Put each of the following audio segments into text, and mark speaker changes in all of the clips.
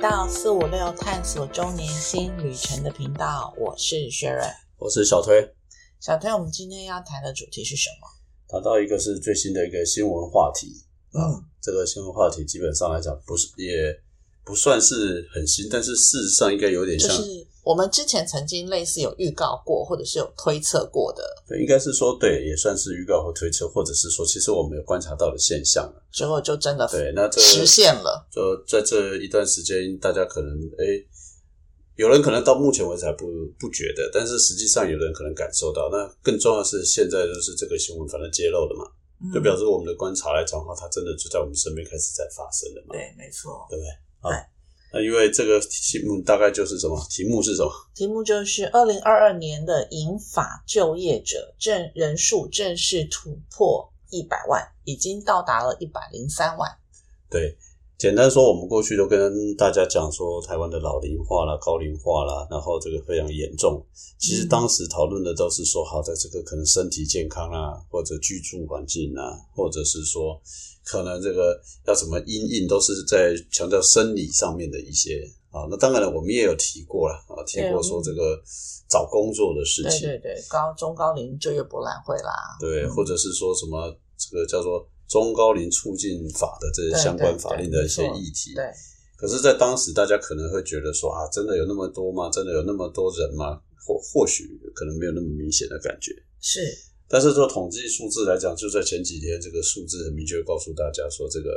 Speaker 1: 到四五六探索周年新旅程的频道，我是雪蕊。
Speaker 2: 我是小推。
Speaker 1: 小推，我们今天要谈的主题是什么？
Speaker 2: 谈到一个是最新的一个新闻话题，
Speaker 1: 嗯，
Speaker 2: 这个新闻话题基本上来讲不是也不算是很新，但是事实上应该有点
Speaker 1: 就
Speaker 2: 像，
Speaker 1: 是我们之前曾经类似有预告过，或者是有推测过的，
Speaker 2: 对应该是说对，也算是预告和推测，或者是说其实我们有观察到的现象啊
Speaker 1: 结果就真的
Speaker 2: 对，那这
Speaker 1: 实现了。
Speaker 2: 就在这一段时间，大家可能诶，有人可能到目前为止还不不觉得，但是实际上有人可能感受到。那更重要的是，现在就是这个新闻反正揭露了嘛，
Speaker 1: 嗯
Speaker 2: 就表示我们的观察来讲的话，它真的就在我们身边开始在发生了嘛。
Speaker 1: 对，没错。
Speaker 2: 啊那因为这个题目大概就是什么？题目是什么？
Speaker 1: 题目就是二零二二年的银发就业者正人数正式突破一百万，已经到达了一百零三万。
Speaker 2: 对，简单说，我们过去都跟大家讲说，台湾的老龄化啦、高龄化啦，然后这个非常严重。其实当时讨论的都是说，好，在这个可能身体健康啊，或者居住环境啊，或者是说可能这个要怎么因应，都是在强调生理上面的一些啊。那当然了，我们也有提过了啊，提过说这个找工作的事
Speaker 1: 对
Speaker 2: 情。啊
Speaker 1: 对对，高中高龄就业博览会啦。
Speaker 2: 对，
Speaker 1: 嗯
Speaker 2: 或者是说什么这个叫做中高龄促进法的这些
Speaker 1: 对
Speaker 2: 相关
Speaker 1: 对
Speaker 2: 法
Speaker 1: 对
Speaker 2: 令的
Speaker 1: 没
Speaker 2: 一些
Speaker 1: 错
Speaker 2: 议题。
Speaker 1: 对，
Speaker 2: 可是，在当时大家可能会觉得说啊，真的有那么多吗？真的有那么多人吗？或或许可能没有那么明显的感觉。
Speaker 1: 是
Speaker 2: 但是做统计数字来讲，就在前几天，这个数字很明确地告诉大家说，这个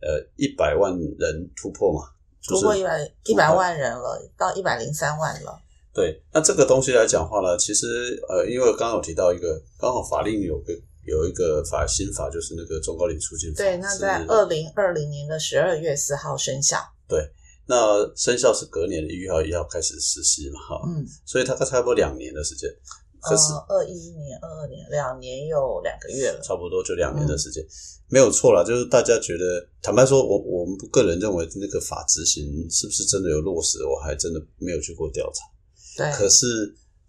Speaker 2: 呃一百万人突破嘛，就
Speaker 1: 突
Speaker 2: 是
Speaker 1: 破一百一百万人了，到一百零三万了。
Speaker 2: 对，那这个东西来讲话呢，其实呃，因为刚刚有提到一个，刚好法令有个有一个法新法，就是那个中高龄促进法，
Speaker 1: 对，那
Speaker 2: 是
Speaker 1: 在二零二零年的十二月四号生效。
Speaker 2: 那生效是隔年的一月一号开始实施嘛，哈、
Speaker 1: 嗯，
Speaker 2: 所以它差不多两年的时间，可是
Speaker 1: 呃，二一年、二二年，两年又两个月了。
Speaker 2: 差不多就两年的时
Speaker 1: 嗯
Speaker 2: 间，没有错啦。就是大家觉得，坦白说，我我们个人认为那个法执行是不是真的有落实，我还真的没有去过调查。
Speaker 1: 对，
Speaker 2: 可是，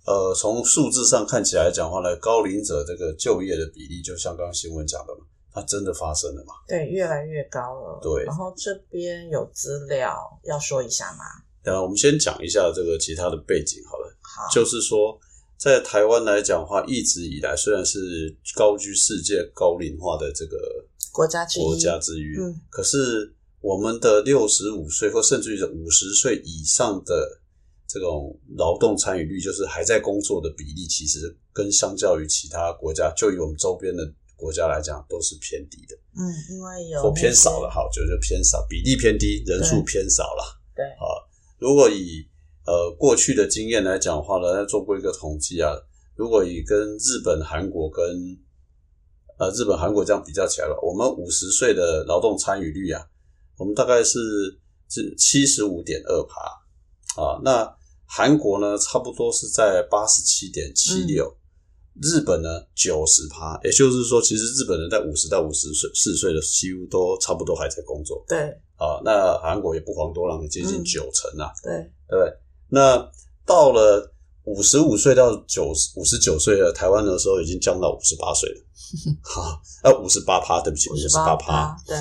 Speaker 2: 呃，从数字上看起来讲话呢，高龄者这个就业的比例，就像刚刚新闻讲的嘛，它真的发生了嘛？
Speaker 1: 对，越来越高了。
Speaker 2: 对
Speaker 1: 然后这边有资料要说一下吗？
Speaker 2: 然后我们先讲一下这个其他的背景好了，
Speaker 1: 好，
Speaker 2: 就是说。在台湾来讲的话，一直以来虽然是高居世界高龄化的这个
Speaker 1: 国家之一，
Speaker 2: 国家之一，
Speaker 1: 嗯，
Speaker 2: 可是我们的六十五岁或甚至于五十岁以上的这种劳动参与率，就是还在工作的比例，其实跟相较于其他国家，就以我们周边的国家来讲，都是偏低的，
Speaker 1: 嗯，因为有
Speaker 2: 或
Speaker 1: 那
Speaker 2: 偏
Speaker 1: 些
Speaker 2: 少了。，好，就是偏少，比例偏低，人数
Speaker 1: 对
Speaker 2: 偏少了。
Speaker 1: 对
Speaker 2: 好，如果以呃过去的经验来讲的话呢，那做过一个统计啊，如果以跟日本、韩国跟呃日本、韩国这样比较起来吧，我们五十岁的劳动参与率啊，我们大概是是七十五点二趴啊，那韩国呢差不多是在八十七点七六。日本呢，九十趴，也就是说，其实日本人在五十到五十岁四岁的几乎都差不多还在工作
Speaker 1: 对
Speaker 2: 啊。那韩国也不遑多让，接近
Speaker 1: 嗯
Speaker 2: 九成啊。
Speaker 1: 对，
Speaker 2: 对不对？那到了五十五岁到九五十九岁了，台湾的时候已经降到五十八 岁了，好，呃，五十八趴，对不起，
Speaker 1: 五
Speaker 2: 五
Speaker 1: 十
Speaker 2: 十
Speaker 1: 八
Speaker 2: 八趴。，
Speaker 1: 对，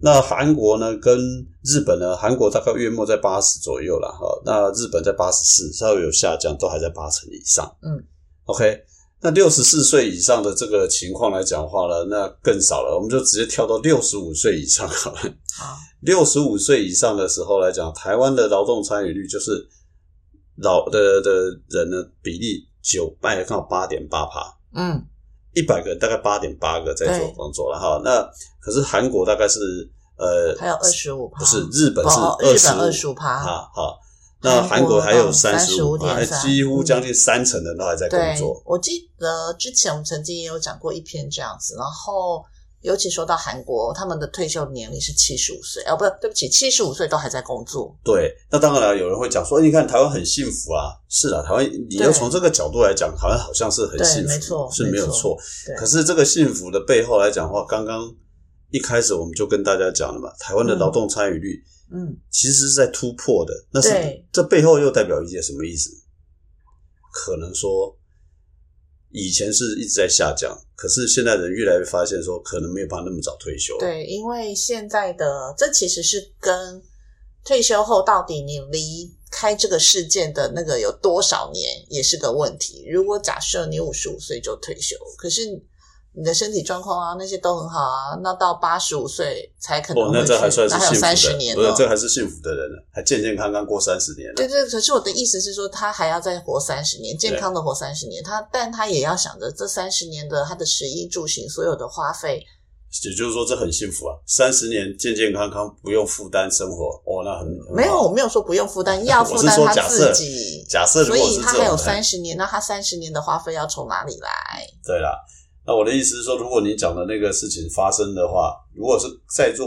Speaker 2: 那韩国呢，跟日本呢，韩国大概月末在八十左右了哈，那日本在八十四，稍微有下降，都还在八成以上。
Speaker 1: 嗯
Speaker 2: ，OK。那六十四岁以上的这个情况来讲话呢，那更少了，我们就直接跳到六十五岁以上好了。
Speaker 1: 好，
Speaker 2: 六十五岁以上的时候来讲，台湾的劳动参与率就是老的的人呢比例九百到八点八趴，
Speaker 1: 嗯，
Speaker 2: 一百个人大概八点八个在做
Speaker 1: 对
Speaker 2: 工作了哈。那可是韩国大概是呃，
Speaker 1: 还有二十五趴，
Speaker 2: 不是日本是
Speaker 1: 哦日本
Speaker 2: 二
Speaker 1: 25%
Speaker 2: 趴，好。那韩国
Speaker 1: 国
Speaker 2: 还有
Speaker 1: 嗯
Speaker 2: 三十五趴，
Speaker 1: 35.3
Speaker 2: 几乎将近三成的人都还在工
Speaker 1: 对
Speaker 2: 作。，
Speaker 1: 我记得之前我们曾经也有讲过一篇这样子，然后尤其说到韩国，他们的退休年龄是七十五岁，哦，不是，对不起，七十五岁都还在工作。
Speaker 2: 对，那当然了，有人会讲说，哎你看台湾很幸福啊，是啊，台湾你要
Speaker 1: 对
Speaker 2: 从这个角度来讲，好像好像是很
Speaker 1: 对
Speaker 2: 幸福，
Speaker 1: 没错
Speaker 2: 是没有
Speaker 1: 没错
Speaker 2: 错。
Speaker 1: 对，
Speaker 2: 可是这个幸福的背后来讲的话，刚刚一开始我们就跟大家讲了嘛，台湾的劳动参与率
Speaker 1: 嗯，
Speaker 2: 其实是在突破的。那是
Speaker 1: 对
Speaker 2: 这背后又代表一些什么意思？可能说以前是一直在下降，可是现在人越来越发现说，可能没有办法那么早退休。
Speaker 1: 对，因为现在的这其实是跟退休后到底你离开这个世界的那个有多少年也是个问题。如果假设你五十五岁就退休，可是你的身体状况啊那些都很好啊，那到八十五岁才可能
Speaker 2: 哦，那
Speaker 1: 会
Speaker 2: 这
Speaker 1: 去
Speaker 2: 还算是
Speaker 1: 那还有
Speaker 2: 幸
Speaker 1: 三
Speaker 2: 福
Speaker 1: 十
Speaker 2: 的，
Speaker 1: 年哦
Speaker 2: 不是
Speaker 1: 呢。
Speaker 2: 这还是幸福的人呢，啊还健健康康过三十年了。
Speaker 1: 对对，可是我的意思是说，他还要再活三十年，健康的活三十年。他，但他也要想着这三十年的他的食衣住行所有的花费，
Speaker 2: 也就是说，这很幸福啊！三十年健健康康，不用负担生活，哦，那很很好
Speaker 1: 没有，我没有说不用负担，要负
Speaker 2: 嗯我是
Speaker 1: 担
Speaker 2: 说
Speaker 1: 他
Speaker 2: 假
Speaker 1: 自
Speaker 2: 设
Speaker 1: 己。
Speaker 2: 假设如
Speaker 1: 所
Speaker 2: 果
Speaker 1: 以
Speaker 2: 是
Speaker 1: 他
Speaker 2: 这
Speaker 1: 还有
Speaker 2: 种，哎
Speaker 1: 三十年，那他三十年的花费要从哪里来？
Speaker 2: 对啦。那我的意思是说，如果你讲的那个事情发生的话，如果是在座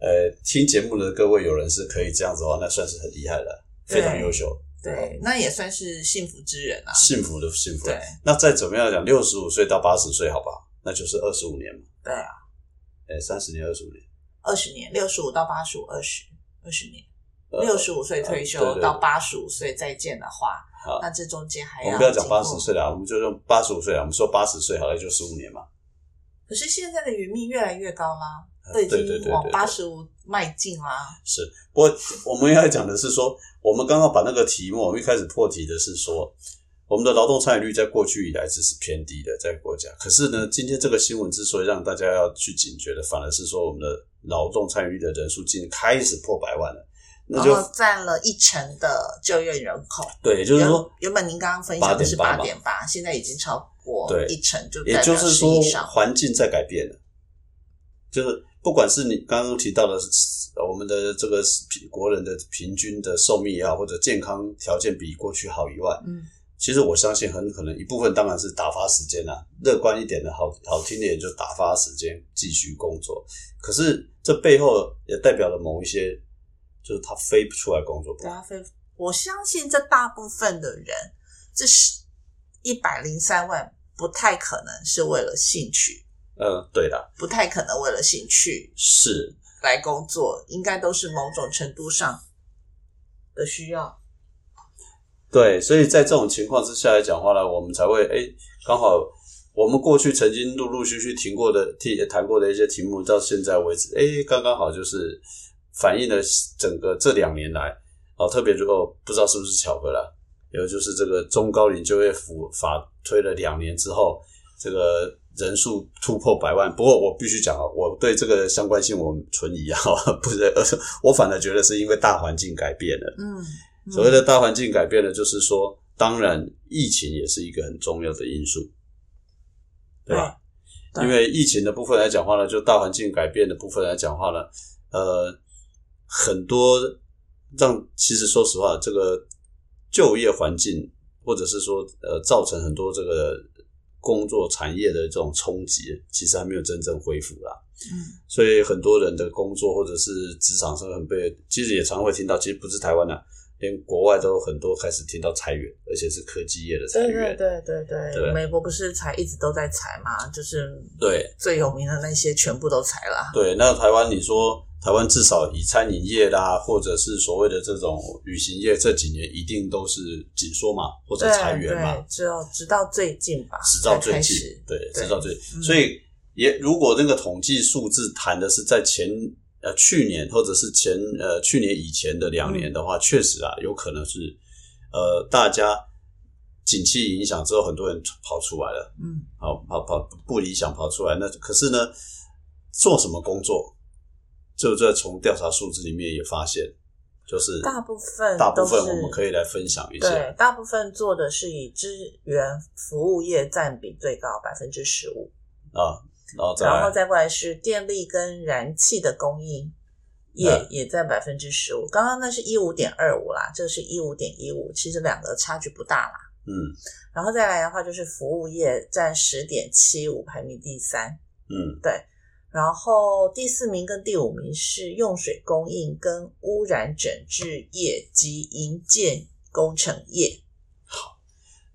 Speaker 2: 呃听节目的各位有人是可以这样子的话，那算是很厉害了，非常
Speaker 1: 对
Speaker 2: 优秀，
Speaker 1: 对，哦那也算是幸福之人啊。
Speaker 2: 幸福的幸福
Speaker 1: 对。
Speaker 2: 那再怎么样讲，六十五岁到八十岁，好吧，那就是二十五年嘛。
Speaker 1: 对啊，
Speaker 2: 哎，三十年、二十五年，
Speaker 1: 二十年，六十五到八十五，二十二十年，
Speaker 2: 呃
Speaker 1: 六十五岁退
Speaker 2: 对
Speaker 1: 休
Speaker 2: 对
Speaker 1: 到八十五岁再见的话
Speaker 2: 好，
Speaker 1: 那这中间还
Speaker 2: 我
Speaker 1: 要
Speaker 2: 们不要讲
Speaker 1: 经过
Speaker 2: 八十岁了，我们就用八十五岁了。我们说八十岁好了，就十五年嘛。
Speaker 1: 可是现在的渔民越来越高啦，都
Speaker 2: 对
Speaker 1: 已
Speaker 2: 啊对对
Speaker 1: 经
Speaker 2: 对
Speaker 1: 往
Speaker 2: 对
Speaker 1: 八十五迈进啦。
Speaker 2: 是，不过我们要讲的是说，我们刚刚把那个题目，我们一开始破题的是说，我们的劳动参与率在过去以来只是偏低的，在国家。可是呢，今天这个新闻之所以让大家要去警觉的，反而是说我们的劳动参与率的人数竟开始破百万了。那
Speaker 1: 然
Speaker 2: 就
Speaker 1: 后占了一成的就业人口，
Speaker 2: 对，也就是说，
Speaker 1: 原原本您刚刚分享的是八
Speaker 2: 8.8嘛
Speaker 1: 点八，现在已经超过
Speaker 2: 对
Speaker 1: 一成，就
Speaker 2: 也
Speaker 1: 代
Speaker 2: 就
Speaker 1: 表
Speaker 2: 是
Speaker 1: 十
Speaker 2: 说
Speaker 1: 以上。
Speaker 2: 环境在改变了，就是不管是你刚刚提到的呃我们的这个国人的平均的寿命也好，或者健康条件比过去好以外，
Speaker 1: 嗯，
Speaker 2: 其实我相信很可能一部分当然是打发时间啦、乐观一点的好好听点就打发时间继续工作。可是这背后也代表了某一些，就是他飞不出来工作，
Speaker 1: 对啊，非我相信这大部分的人，这是一百零三万，不太可能是为了兴趣，
Speaker 2: 嗯，对啦，
Speaker 1: 不太可能为了兴趣
Speaker 2: 是
Speaker 1: 来工作，应该都是某种程度上的需要。
Speaker 2: 对，所以在这种情况之下来讲话呢，我们才会哎，刚好我们过去曾经陆陆续续停过的、提谈过的一些题目，到现在为止，哎，刚刚好就是反映了整个这两年来，哦，特别如果不知道是不是巧合了，有就是这个中高龄就业服法推了两年之后，这个人数突破百万。不过我必须讲啊，我对这个相关性我存疑啊， 不是，而是我反而觉得是因为大环境改变了。
Speaker 1: 嗯，嗯
Speaker 2: 所谓的大环境改变了，就是说，当然疫情也是一个很重要的因素，对吧？
Speaker 1: 对
Speaker 2: 因为疫情的部分来讲话呢，就大环境改变的部分来讲话呢，呃，很多让其实说实话，这个就业环境或者是说呃，造成很多这个工作产业的这种冲击，其实还没有真正恢复啦。
Speaker 1: 嗯
Speaker 2: 所以很多人的工作或者是职场上很被，其实也常会听到，其实不是台湾啦、连国外都很多开始听到裁员，而且是科技业的裁
Speaker 1: 对
Speaker 2: 员。
Speaker 1: 对对对对，
Speaker 2: 对
Speaker 1: 美国不是裁一直都在裁嘛，就是
Speaker 2: 对
Speaker 1: 最有名的那些全部都裁 了。
Speaker 2: 对那台湾你说台湾至少以餐饮业啦，或者是所谓的这种旅行业，这几年一定都是紧缩嘛，或者
Speaker 1: 对
Speaker 2: 裁员嘛
Speaker 1: 对，，只有直到最近吧，
Speaker 2: 直到
Speaker 1: 才
Speaker 2: 最
Speaker 1: 开
Speaker 2: 近
Speaker 1: 始，
Speaker 2: 对，
Speaker 1: 对
Speaker 2: 直到最
Speaker 1: 嗯
Speaker 2: 近，所以也如果那个统计数字谈的是在前呃去年或者是前呃去年以前的两年的
Speaker 1: 嗯
Speaker 2: 话，确实啊，有可能是呃大家景气影响之后，很多人跑出来了，
Speaker 1: 嗯，
Speaker 2: 跑跑跑不理想跑出来，那可是呢，做什么工作，就这从调查数字里面也发现，就是
Speaker 1: 大部分
Speaker 2: 大部分
Speaker 1: 都是
Speaker 2: 我们可以来分享一下。
Speaker 1: 对，大部分做的是以支援服务业占比最高，百分之十五，
Speaker 2: 啊，然后再
Speaker 1: 然后
Speaker 2: 来
Speaker 1: 再过来是电力跟燃气的供应业、
Speaker 2: 嗯
Speaker 1: 也占百分之十五。刚刚那是一五点二五啦，这个是一五点一五，其实两个差距不大啦。
Speaker 2: 嗯
Speaker 1: 然后再来的话就是服务业占十点七五，排名第三。
Speaker 2: 嗯
Speaker 1: 然后第四名跟第五名是用水供应跟污染整治业及营建工程业。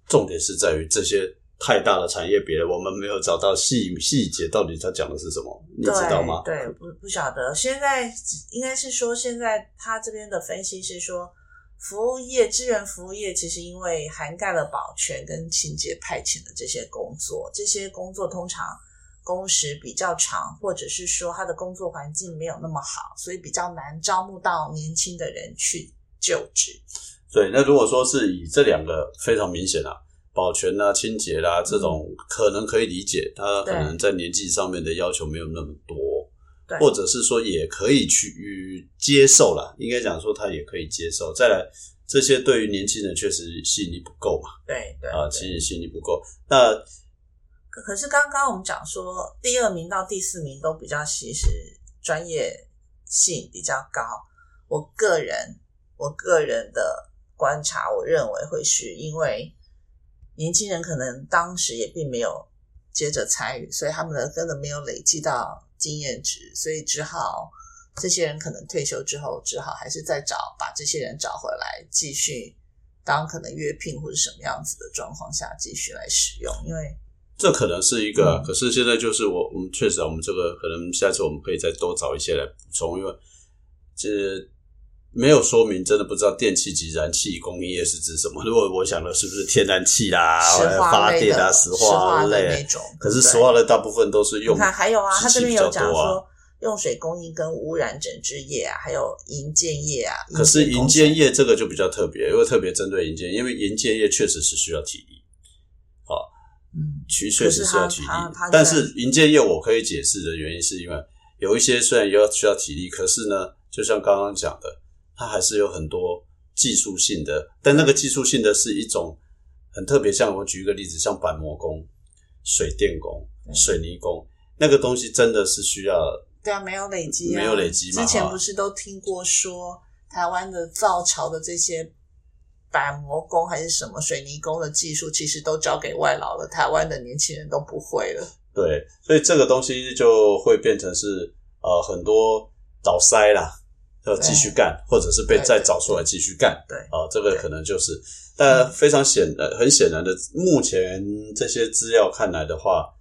Speaker 2: 重点是在于这些太大的产业别了，我们没有找到细细节到底它讲的是什么，你知
Speaker 1: 对
Speaker 2: 道吗？
Speaker 1: 对，不不晓得。现在应该是说，现在他这边的分析是说，服务业支援服务业其实因为涵盖了保全跟清洁派遣的这些工作，这些工作通常工时比较长，或者是说他的工作环境没有那么好，所以比较难招募到年轻的人去就职。
Speaker 2: 对，那如果说是以这两个非常明显啊，保全啦、清洁啦、
Speaker 1: 嗯
Speaker 2: 这种，可能可以理解，他可能在年纪上面的要求没有那么多
Speaker 1: 对，
Speaker 2: 或者是说也可以去接受啦，应该讲说他也可以接受。再来，这些对于年轻人确实吸引力不够嘛，
Speaker 1: 对对
Speaker 2: 啊，
Speaker 1: 对
Speaker 2: 吸引吸引力不够。那
Speaker 1: 可可是刚刚我们讲说，第二名到第四名都比较其实专业性比较高。我个人我个人的观察，我认为会是因为年轻人可能当时也并没有接着参与，所以他们的根本没有累积到经验值，所以只好这些人可能退休之后，只好还是再找把这些人找回来继续。当可能约聘或者什么样子的状况下继续来使用，因为
Speaker 2: 这可能是一个啊、
Speaker 1: 嗯
Speaker 2: 可是现在就是我，我们确实啊，我们这个可能下次我们可以再多找一些来补充，因为这没有说明，真的不知道电器及燃气供应业是指什么。如 果我想的是不是天然气啦、
Speaker 1: 石化
Speaker 2: 啊 发
Speaker 1: 类
Speaker 2: 电
Speaker 1: 的
Speaker 2: 啊、石化
Speaker 1: 类那
Speaker 2: 类，
Speaker 1: 种。
Speaker 2: 可是
Speaker 1: 对
Speaker 2: 石化类大部分都是用
Speaker 1: 你看还有啊，
Speaker 2: 机
Speaker 1: 他这
Speaker 2: 器
Speaker 1: 边
Speaker 2: 比较
Speaker 1: 有讲
Speaker 2: 多啊
Speaker 1: 说用水供应跟污染整治业啊，还有营建业啊。
Speaker 2: 可是
Speaker 1: 工
Speaker 2: 银建
Speaker 1: 程
Speaker 2: 业这个就比较特别，因为特别针对银建，因为银建业确实是需要体力，
Speaker 1: 嗯，
Speaker 2: 其实确实是要体力
Speaker 1: 可是他他他，
Speaker 2: 但是银建业我可以解释的原因是因为有一些虽然也要需要体力，可是呢，就像刚刚讲的，它还是有很多技术性的，但那个技术性的是一种很特别，像我举一个例子，像板模工、水电工、
Speaker 1: 对
Speaker 2: 水泥工，那个东西真的是需要
Speaker 1: 对啊，没有累积、啊，
Speaker 2: 没有累积嘛
Speaker 1: 之前
Speaker 2: 哈
Speaker 1: 不是都听过说台湾的造潮的这些。板模工还是什么水泥工的技术，其实都交给外劳了。台湾的年轻人都不会了。
Speaker 2: 对，所以这个东西就会变成是呃很多倒塞啦，要继续干，或者是被
Speaker 1: 对
Speaker 2: 再
Speaker 1: 对
Speaker 2: 找出来继续干。
Speaker 1: 对
Speaker 2: 啊、这个可能就是，但非常显呃很显然的，目前这些资料看来的话，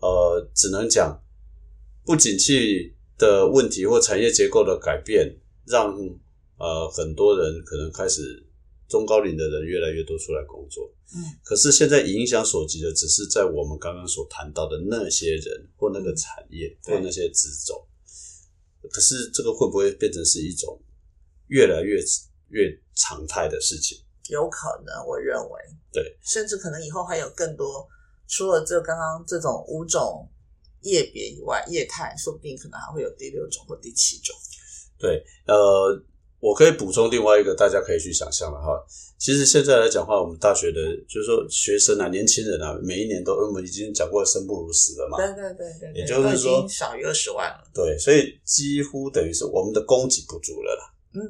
Speaker 2: 呃，只能讲不景气的问题或产业结构的改变，让呃很多人可能开始中高龄的人越来越多出来工作。
Speaker 1: 嗯，
Speaker 2: 可是现在影响所及的，只是在我们刚刚所谈到的那些人或那个产业
Speaker 1: 对
Speaker 2: 或那些职种。可是这个会不会变成是一种越来越越常态的事情？
Speaker 1: 有可能，我认为，
Speaker 2: 对，
Speaker 1: 甚至可能以后还有更多，除了这刚刚这种五种业别以外，业态说不定可能还会有第六种或第七种。
Speaker 2: 对，呃，我可以补充另外一个，大家可以去想象的哈。其实现在来讲话，我们大学的，就是说学生啊、年轻人啊，每一年都，我们已经讲过生不如死了嘛，
Speaker 1: 对对对对，对
Speaker 2: 也就是说
Speaker 1: 都已经少于二十万了。
Speaker 2: 对，所以几乎等于是我们的供给不足了啦。
Speaker 1: 嗯，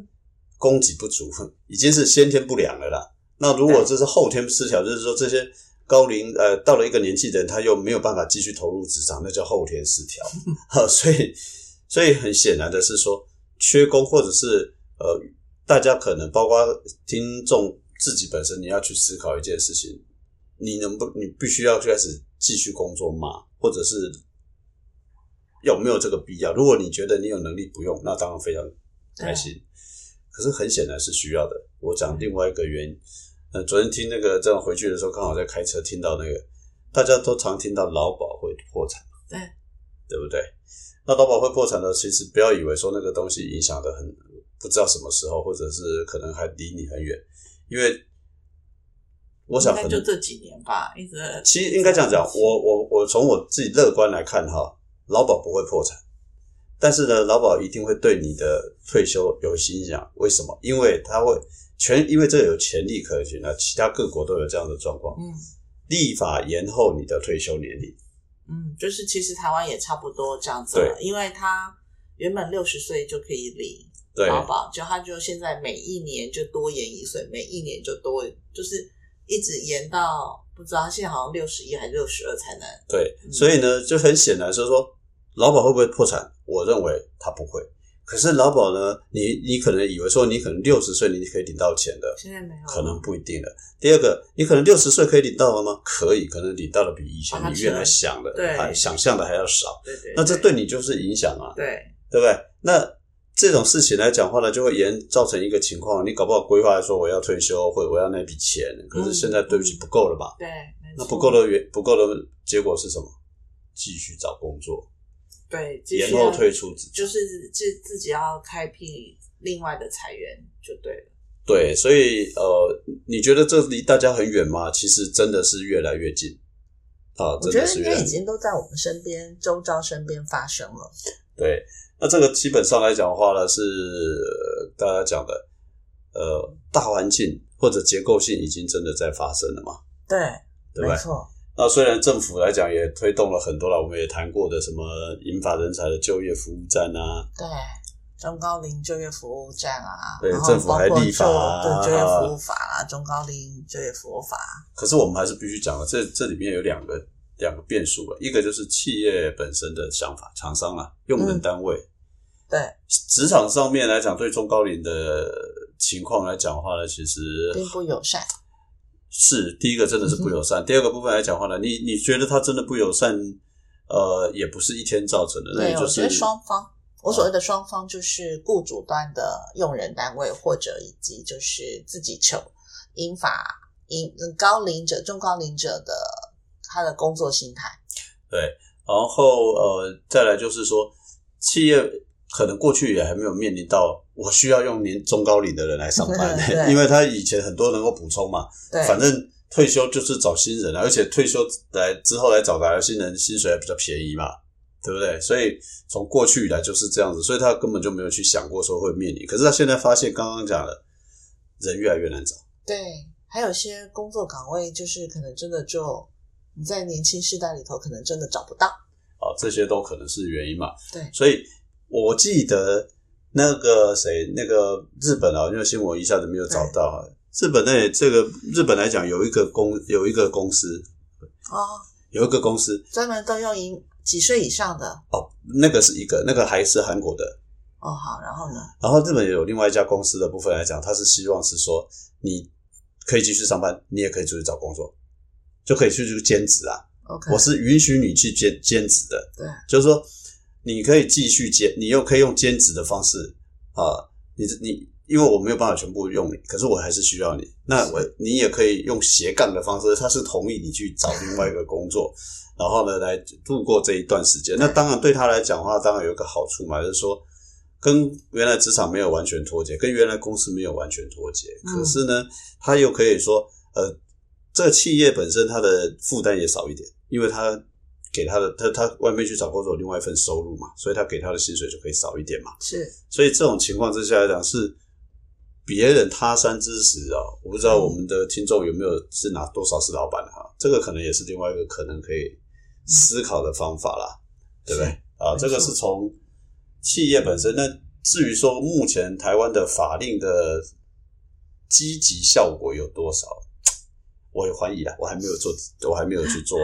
Speaker 2: 供给不足哼已经是先天不良了啦。那如果这是后天失调，就是说这些高龄呃到了一个年纪的人，他又没有办法继续投入职场，那叫后天失调。好，所以所以很显然的是说，缺工或者是呃，大家可能包括听众自己本身，你要去思考一件事情：你能不你必须要开始继续工作吗？或者是有没有这个必要？如果你觉得你有能力不用，那当然非常开心。可是很显然是需要的。我讲另外一个原因，呃，昨天听那个这样回去的时候，刚好在开车听到那个，大家都常听到劳保会破产，
Speaker 1: 对
Speaker 2: 对不对？那劳保会破产呢，其实不要以为说那个东西影响的很，不知道什么时候，或者是可能还离你很远，因为我想
Speaker 1: 应
Speaker 2: 可
Speaker 1: 该就
Speaker 2: 能
Speaker 1: 这几年吧，一直
Speaker 2: 其实应该这样讲，我我我从我自己乐观来看哈，劳保不会破产，但是呢，劳保一定会对你的退休有影响。为什么？因为它会全，因为这有潜力可循啊，其他各国都有这样的状况，
Speaker 1: 嗯
Speaker 2: 立法延后你的退休年龄。
Speaker 1: 嗯，就是其实台湾也差不多这样子了，因为他原本六十岁就可以领
Speaker 2: 对
Speaker 1: 劳保，就他就现在每一年就多延一岁，每一年就多，就是一直延到不知道他现在好像六十一还是六十二才能。
Speaker 2: 对，
Speaker 1: 嗯
Speaker 2: 所以呢，就很显然是说，劳保会不会破产？我认为它不会。可是劳保呢，你你可能以为说你可能六十岁你可以领到钱的，
Speaker 1: 现在没有了，
Speaker 2: 可能不一定了。第二个，你可能六十岁可以领到了吗？可以，可能领到的比以前
Speaker 1: 啊
Speaker 2: 你原来想的、
Speaker 1: 对
Speaker 2: 还想象的还要少。
Speaker 1: 对对，
Speaker 2: 那这对你就是影响啊，
Speaker 1: 对
Speaker 2: 对不对？那这种事情来讲话呢，就会延造成一个情况，你搞不好规划说我要退休，或者我要那笔钱，可是现在对不起
Speaker 1: 嗯
Speaker 2: 不够了吧？
Speaker 1: 对，没
Speaker 2: 那
Speaker 1: 错
Speaker 2: 不够的原不够的结果是什么？继续找工作，
Speaker 1: 对，继续啊
Speaker 2: 延后退出职场。
Speaker 1: 就是自自己要开辟另外的裁源就对了。
Speaker 2: 对，所以呃，你觉得这离大家很远吗？其实真的是越来越近啊，
Speaker 1: 我
Speaker 2: 真
Speaker 1: 觉得
Speaker 2: 的是
Speaker 1: 应
Speaker 2: 越
Speaker 1: 该
Speaker 2: 来
Speaker 1: 已
Speaker 2: 越近。
Speaker 1: 经都在我们身边、周遭身边发生了。
Speaker 2: 对，那这个基本上来讲的话呢，是、呃大家讲的呃大环境或者结构性已经真的在发生了嘛，
Speaker 1: 对，
Speaker 2: 对不
Speaker 1: 没
Speaker 2: 对？
Speaker 1: 错，
Speaker 2: 那虽然政府来讲也推动了很多了，我们也谈过的什么引法人才的就业服务站啊，
Speaker 1: 对，中高龄就业服务站啊，
Speaker 2: 对
Speaker 1: 然后
Speaker 2: 政府
Speaker 1: 包
Speaker 2: 还
Speaker 1: 括
Speaker 2: 立法啊
Speaker 1: 就对就业服务法啊，中高龄就业服务法，
Speaker 2: 可是我们还是必须讲了，啊这这里面有两个两个变数啊了，一个就是企业本身的想法，厂商啊，用人单
Speaker 1: 嗯
Speaker 2: 位，
Speaker 1: 对，
Speaker 2: 职场上面来讲，对中高龄的情况来讲的话呢，其实
Speaker 1: 并不友善。
Speaker 2: 是第一个真的
Speaker 1: 嗯
Speaker 2: 是不友善，第二个部分来讲的话呢，你你觉得他真的不友善，呃，也不是一天造成的，那
Speaker 1: 对，
Speaker 2: 也就
Speaker 1: 我觉
Speaker 2: 是
Speaker 1: 得双方，我所谓的双方就是雇主端的用人单位，或者以及就是自己求英法英高龄者、中高龄者的他的工作心态。，
Speaker 2: 然后呃，再来就是说，企业可能过去也还没有面临到我需要用年中高龄的人来上班
Speaker 1: 对
Speaker 2: 因为他以前很多能够补充嘛，
Speaker 1: 对，
Speaker 2: 反正退休就是找新人啊，而且退休来之后来找来的新人薪水还比较便宜嘛，对不对？所以从过去以来就是这样子，所以他根本就没有去想过说会面临，可是他现在发现刚刚讲的，人越来越难找。
Speaker 1: 对，还有些工作岗位就是可能真的就你在年轻世代里头，可能真的找不到。
Speaker 2: 啊，这些都可能是原因嘛。
Speaker 1: 对
Speaker 2: 所以我记得那个谁，那个日本啊，因为新闻一下子没有找到啊。日本那里这个日本来讲，有一个公有一个公司，
Speaker 1: 哦，
Speaker 2: 有一个公司
Speaker 1: 专门都用银几岁以上的
Speaker 2: 哦，那个是一个，那个还是韩国的。
Speaker 1: 哦，好，然后呢？
Speaker 2: 然后日本有另外一家公司的部分来讲，它是希望是说你可以继续上班，你也可以出去找工作，就可以去去兼职啊。
Speaker 1: OK，
Speaker 2: 我是允许你去兼兼职的，
Speaker 1: 对，
Speaker 2: 就是说你可以继续兼，你又可以用兼职的方式啊、你你因为我没有办法全部用你，可是我还是需要你，那我你也可以用斜杠的方式，他是同意你去找另外一个工作，然后呢来度过这一段时间。那当然对他来讲的话，当然有一个好处嘛，就是说。跟原来职场没有完全脱节，跟原来公司没有完全脱节，
Speaker 1: 嗯
Speaker 2: 可是呢，他又可以说，呃，这企业本身它的负担也少一点，因为他给他的他他外面去找工作有另外一份收入嘛，所以他给他的薪水就可以少一点嘛。
Speaker 1: 是
Speaker 2: 所以这种情况之下来讲是别人他山之石啊、我不知道
Speaker 1: 嗯
Speaker 2: 我们的听众有没有是哪多少是老板哈、这个可能也是另外一个可能可以思考的方法啦，对不对
Speaker 1: 嗯是？
Speaker 2: 啊，
Speaker 1: 没
Speaker 2: 这个
Speaker 1: 错
Speaker 2: 是从企业本身。那至于说目前台湾的法令的积极效果有多少，我也怀疑啊，我还没有做，我还没有去做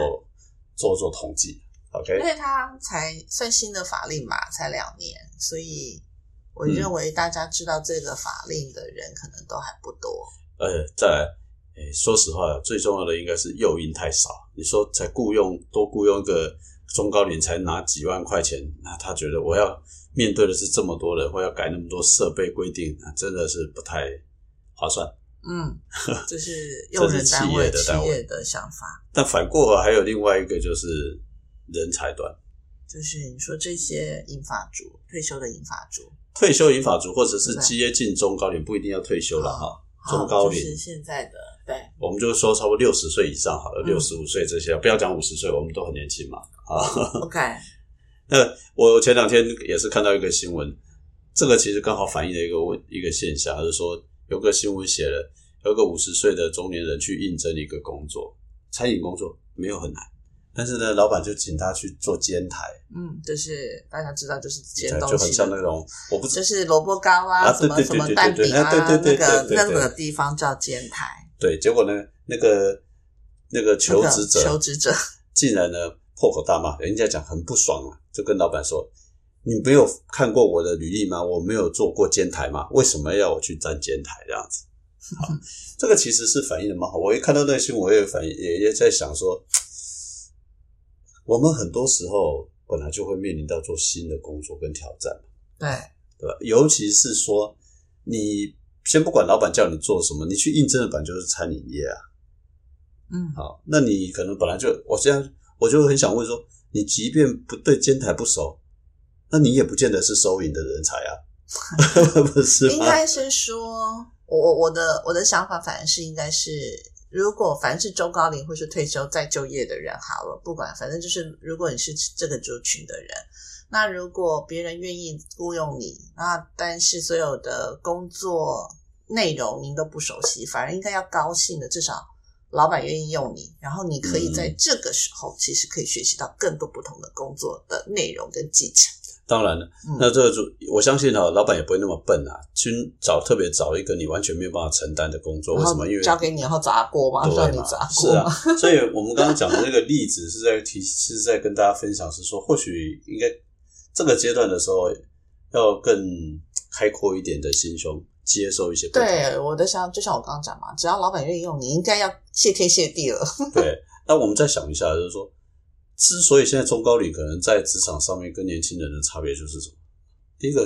Speaker 2: 做做统计。OK，
Speaker 1: 因为它才算新的法令嘛，才两年，所以我
Speaker 2: 嗯
Speaker 1: 认为大家知道这个法令的人可能都还不多。
Speaker 2: 呃，再来，诶，说实话，最重要的应该是诱因太少。你说才雇佣多雇佣一个中高龄才拿几万块钱，那他觉得我要面对的是这么多人，或要改那么多设备规定，那真的是不太划算。
Speaker 1: 嗯，这是用人
Speaker 2: 企
Speaker 1: 单
Speaker 2: 业
Speaker 1: 位、
Speaker 2: 的
Speaker 1: 企
Speaker 2: 单位
Speaker 1: 业的想法，
Speaker 2: 但反过来还有另外一个就是人才端，
Speaker 1: 就是你说这些银发族退休的银发族，
Speaker 2: 退休银发族或者是
Speaker 1: 对
Speaker 2: 接近中高龄，不一定要退休了哈。中
Speaker 1: 好
Speaker 2: 高
Speaker 1: 就
Speaker 2: 龄
Speaker 1: 是现在的对。
Speaker 2: 我们就说差不多六十岁以上好了，
Speaker 1: 嗯
Speaker 2: 六十五岁这些，不要讲五十岁，我们都很年轻嘛啊。
Speaker 1: OK，
Speaker 2: 那我前两天也是看到一个新闻，这个其实刚好反映了一个问一个现象，就是说有个新闻写了，有个五十岁的中年人去应征一个工作，餐饮工作没有很难，但是呢，老板就请他去做煎台，
Speaker 1: 嗯，就是大家知道，就是煎东
Speaker 2: 就很
Speaker 1: 西
Speaker 2: 像
Speaker 1: 的，
Speaker 2: 那种我不知
Speaker 1: 就是萝卜糕啊，
Speaker 2: 啊
Speaker 1: 什
Speaker 2: 对
Speaker 1: 么
Speaker 2: 对
Speaker 1: 什
Speaker 2: 对
Speaker 1: 么
Speaker 2: 对
Speaker 1: 蛋
Speaker 2: 对
Speaker 1: 饼啊，
Speaker 2: 对对
Speaker 1: 那
Speaker 2: 对对
Speaker 1: 个
Speaker 2: 对
Speaker 1: 那
Speaker 2: 对
Speaker 1: 个地方叫煎台，
Speaker 2: 对，结果呢，那个那个求职者
Speaker 1: 那个求职者，
Speaker 2: 竟然呢破口大骂，人家讲很不爽啊，就跟老板说。你没有看过我的履历吗？我没有做过煎台吗？为什么要我去站煎台这样子？这个其实是反映的蛮好。我一看到那个新闻，我也反应也也在想说，我们很多时候本来就会面临到做新的工作跟挑战，
Speaker 1: 对，
Speaker 2: 对吧？尤其是说，你先不管老板叫你做什么，你去应征的本来就是餐饮业啊。
Speaker 1: 嗯，
Speaker 2: 好，那你可能本来就，我现在我就很想问说，你即便不对监台不熟，那你也不见得是收银的人才 啊，不是
Speaker 1: 应
Speaker 2: 吗？
Speaker 1: 该是说，我我我的我的想法反而是应该是，如果凡是中高龄或是退休再就业的人，好了，不管，反正就是如果你是这个族群的人，那如果别人愿意雇佣你，那但是所有的工作内容您都不熟悉，反而应该要高兴的，至少。老板愿意用你，然后你可以在
Speaker 2: 嗯
Speaker 1: 这个时候，其实可以学习到更多不同的工作的内容跟技巧。
Speaker 2: 当然了，
Speaker 1: 嗯
Speaker 2: 那这个就我相信哈、老板也不会那么笨啊，去找特别找一个你完全没有办法承担的工作，为
Speaker 1: 然后
Speaker 2: 什么？因为
Speaker 1: 交给你，然后砸锅嘛，让
Speaker 2: 对
Speaker 1: 你
Speaker 2: 嘛
Speaker 1: 砸
Speaker 2: 是
Speaker 1: 锅嘛。
Speaker 2: 啊，所以我们刚刚讲的那个例子是在提，是在跟大家分享，是说或许应该这个阶段的时候要更开阔一点的心胸，接受一些不同
Speaker 1: 对，我的想，就像我刚刚讲嘛，只要老板愿意用，你应该要谢天谢地了。
Speaker 2: 对，那我们再想一下，就是说，之所以现在中高龄可能在职场上面跟年轻人的差别就是什么？第一个，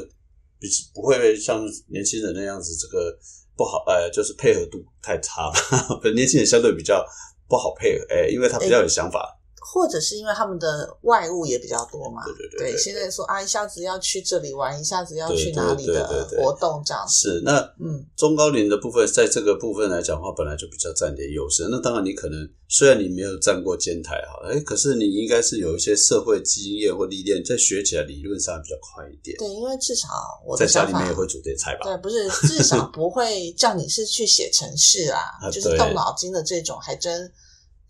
Speaker 2: 比不会像年轻人那样子，这个不好，呃，就是配合度太差了。年轻人相对比较不好配合，哎、因为他比较有想法，
Speaker 1: 或者是因为他们的外务也比较多嘛，
Speaker 2: 对对对对对
Speaker 1: 现在说啊，一下子要去这里玩，一下子要去
Speaker 2: 对对
Speaker 1: 哪里
Speaker 2: 对
Speaker 1: 的
Speaker 2: 对对
Speaker 1: 活动这样子，
Speaker 2: 是那
Speaker 1: 嗯，
Speaker 2: 中高龄的部分，在这个部分来讲的话，本来就比较占点优势。那当然，你可能虽然你没有站过监台哈，哎，可是你应该是有一些社会经验或历练，在学起来理论上比较快一点。
Speaker 1: 对，因为至少我
Speaker 2: 在
Speaker 1: 的
Speaker 2: 家
Speaker 1: 想
Speaker 2: 里
Speaker 1: 法
Speaker 2: 面也，会煮点菜吧？
Speaker 1: 对，不是至少不会叫你是去写程式啊，
Speaker 2: 啊
Speaker 1: 就是
Speaker 2: 对
Speaker 1: 动脑筋的这种，还真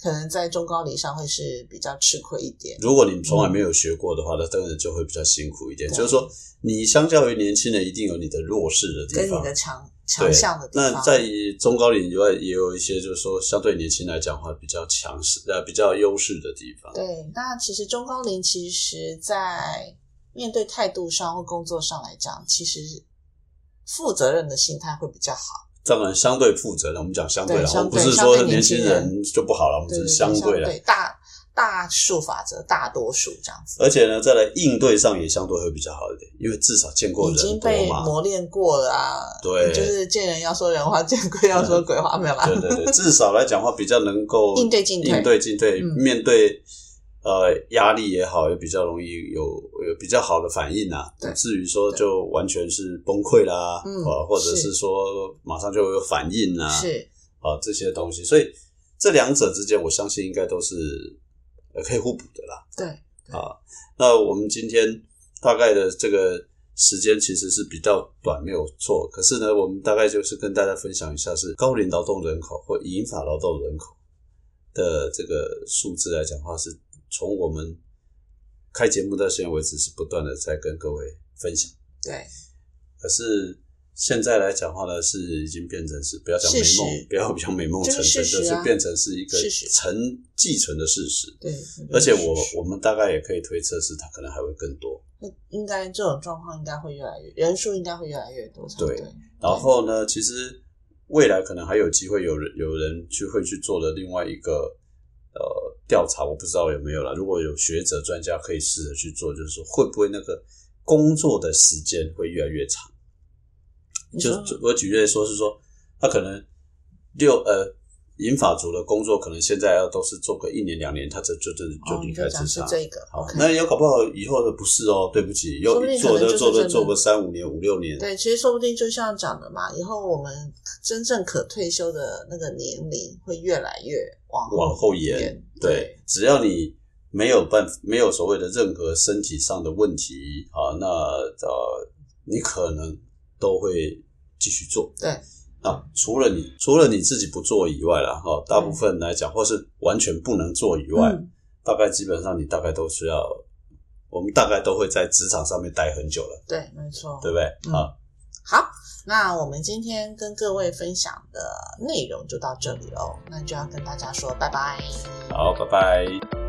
Speaker 1: 可能在中高龄上会是比较吃亏一点。
Speaker 2: 如果你从来没有学过的话，那当然就会比较辛苦一点。
Speaker 1: 对
Speaker 2: 就是说，你相较于年轻人，一定有你的弱势的
Speaker 1: 跟
Speaker 2: 地
Speaker 1: 你
Speaker 2: 方
Speaker 1: 的。强
Speaker 2: 对
Speaker 1: 强项的地方，
Speaker 2: 那在中高龄以外，也有一些就是说，相对年轻来讲的话，比较强势呃比较优势的地方。
Speaker 1: 对，那其实中高龄其实在面对态度上或工作上来讲，其实负责任的心态会比较好。
Speaker 2: 当然，相对负责任，我们讲相对
Speaker 1: 对
Speaker 2: 啦，我
Speaker 1: 相
Speaker 2: 们不是
Speaker 1: 相对
Speaker 2: 说
Speaker 1: 年
Speaker 2: 年
Speaker 1: 轻
Speaker 2: 轻
Speaker 1: 人
Speaker 2: 人就不好了，我们
Speaker 1: 对
Speaker 2: 只
Speaker 1: 对对，
Speaker 2: 是相对啦。
Speaker 1: 对大大数法则，大多数这样子。
Speaker 2: 而且呢，再来应对上也相对会比较好一点，因为至少见过
Speaker 1: 已经
Speaker 2: 人
Speaker 1: 被
Speaker 2: 多嘛。
Speaker 1: 磨练过了啊，
Speaker 2: 对嗯
Speaker 1: 就是见人要说人话，见鬼要说鬼话，没有啦。
Speaker 2: 对对对，至少来讲话比较能够
Speaker 1: 应对进退
Speaker 2: 应对进退，
Speaker 1: 嗯
Speaker 2: 面对呃压力也好，也比较容易有有比较好的反应啊。
Speaker 1: 对
Speaker 2: 不至于说
Speaker 1: 对
Speaker 2: 就完全是崩溃啦，
Speaker 1: 嗯
Speaker 2: 呃，或者
Speaker 1: 是
Speaker 2: 是说马上就有反应啊，
Speaker 1: 是，
Speaker 2: 啊这些东西，所以这两者之间，我相信应该都是呃可以互补的啦。
Speaker 1: 对，
Speaker 2: 那我们今天大概的这个时间其实是比较短，没有错。可是呢，我们大概就是跟大家分享一下，是高龄劳动人口或银发劳动人口的这个数字来讲的话，是从我们开节目到现在为止是不断的在跟各位分享。
Speaker 1: 对，
Speaker 2: 可是现在来讲的话呢，是已经变成是不要讲美
Speaker 1: 事
Speaker 2: 梦
Speaker 1: 实，
Speaker 2: 不要讲美梦
Speaker 1: 这
Speaker 2: 成
Speaker 1: 是
Speaker 2: 真，
Speaker 1: 事
Speaker 2: 就
Speaker 1: 实
Speaker 2: 是
Speaker 1: 啊
Speaker 2: 变成是一个
Speaker 1: 事实
Speaker 2: 成继承的事实。
Speaker 1: 对。
Speaker 2: 而且
Speaker 1: 是
Speaker 2: 我
Speaker 1: 是
Speaker 2: 我们大概也可以推测是它可能还会更多。
Speaker 1: 那应该这种状况应该会越来越人数应该会越来越多才
Speaker 2: 对然后呢，其实未来可能还有机会有人有人去会去做的另外一个呃调查，我不知道有没有啦。如果有学者专家可以试着去做，就是说会不会那个工作的时间会越来越长？
Speaker 1: 你
Speaker 2: 就
Speaker 1: 说
Speaker 2: 就我举例来说是说，他可能六呃。银发族的工作可能现在要都是做个一年两年，他就就就就
Speaker 1: 哦
Speaker 2: 离
Speaker 1: 你
Speaker 2: 开
Speaker 1: 在
Speaker 2: 职
Speaker 1: 讲是
Speaker 2: 场。
Speaker 1: 这个
Speaker 2: 好
Speaker 1: OK，
Speaker 2: 那也有搞不好以后的不是哦，对不起，又
Speaker 1: 说不定可
Speaker 2: 做
Speaker 1: 能就
Speaker 2: 着
Speaker 1: 是
Speaker 2: 做
Speaker 1: 真
Speaker 2: 着
Speaker 1: 的
Speaker 2: 做个三五年、五六年，
Speaker 1: 对，其实说不定就像讲的嘛，以后我们真正可退休的那个年龄会越来越往
Speaker 2: 往后延
Speaker 1: 延。。
Speaker 2: 对，只要你没有办没有所谓的任何身体上的问题啊，那呃，你可能都会继续做。
Speaker 1: 对，
Speaker 2: 啊，除了你除了你自己不做以外啦，哈，大部分来讲，或是完全不能做以外，
Speaker 1: 嗯
Speaker 2: 大概基本上你大概都是要，我们大概都会在职场上面待很久了，
Speaker 1: 对，没错。
Speaker 2: 对不对？
Speaker 1: 嗯
Speaker 2: 啊，
Speaker 1: 好，那我们今天跟各位分享的内容就到这里喽，那就要跟大家说拜拜。
Speaker 2: 好，拜拜。